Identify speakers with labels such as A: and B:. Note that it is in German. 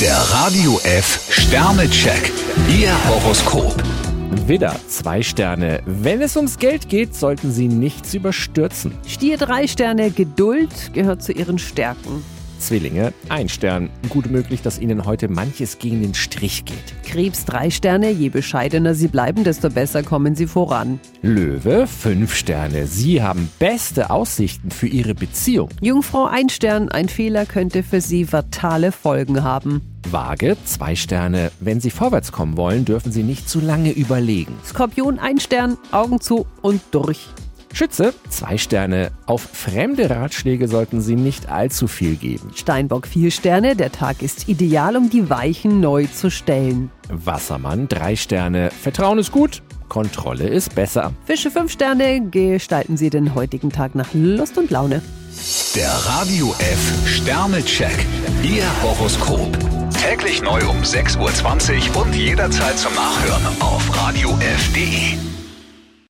A: Der Radio F Sternecheck. Ihr Horoskop.
B: Widder, zwei Sterne. Wenn es ums Geld geht, sollten Sie nichts überstürzen.
C: Stier drei Sterne, Geduld gehört zu ihren Stärken.
B: Zwillinge, ein Stern. Gut möglich, dass Ihnen heute manches gegen den Strich geht.
C: Krebs drei Sterne, je bescheidener sie bleiben, desto besser kommen sie voran.
B: Löwe, fünf Sterne. Sie haben beste Aussichten für Ihre Beziehung.
C: Jungfrau ein Stern, ein Fehler könnte für sie fatale Folgen haben.
B: Waage, zwei Sterne. Wenn Sie vorwärts kommen wollen, dürfen Sie nicht zu lange überlegen.
C: Skorpion ein Stern, Augen zu und durch.
B: Schütze, zwei Sterne. Auf fremde Ratschläge sollten Sie nicht allzu viel geben.
C: Steinbock vier Sterne, der Tag ist ideal, um die Weichen neu zu stellen.
B: Wassermann, drei Sterne. Vertrauen ist gut, Kontrolle ist besser.
C: Fische fünf Sterne, gestalten Sie den heutigen Tag nach Lust und Laune.
A: Der Radio F Sternecheck. Ihr Horoskop. Täglich neu um 6.20 Uhr und jederzeit zum Nachhören auf Radio radiof.de.